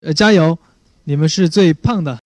呃，加油，你们是最胖的。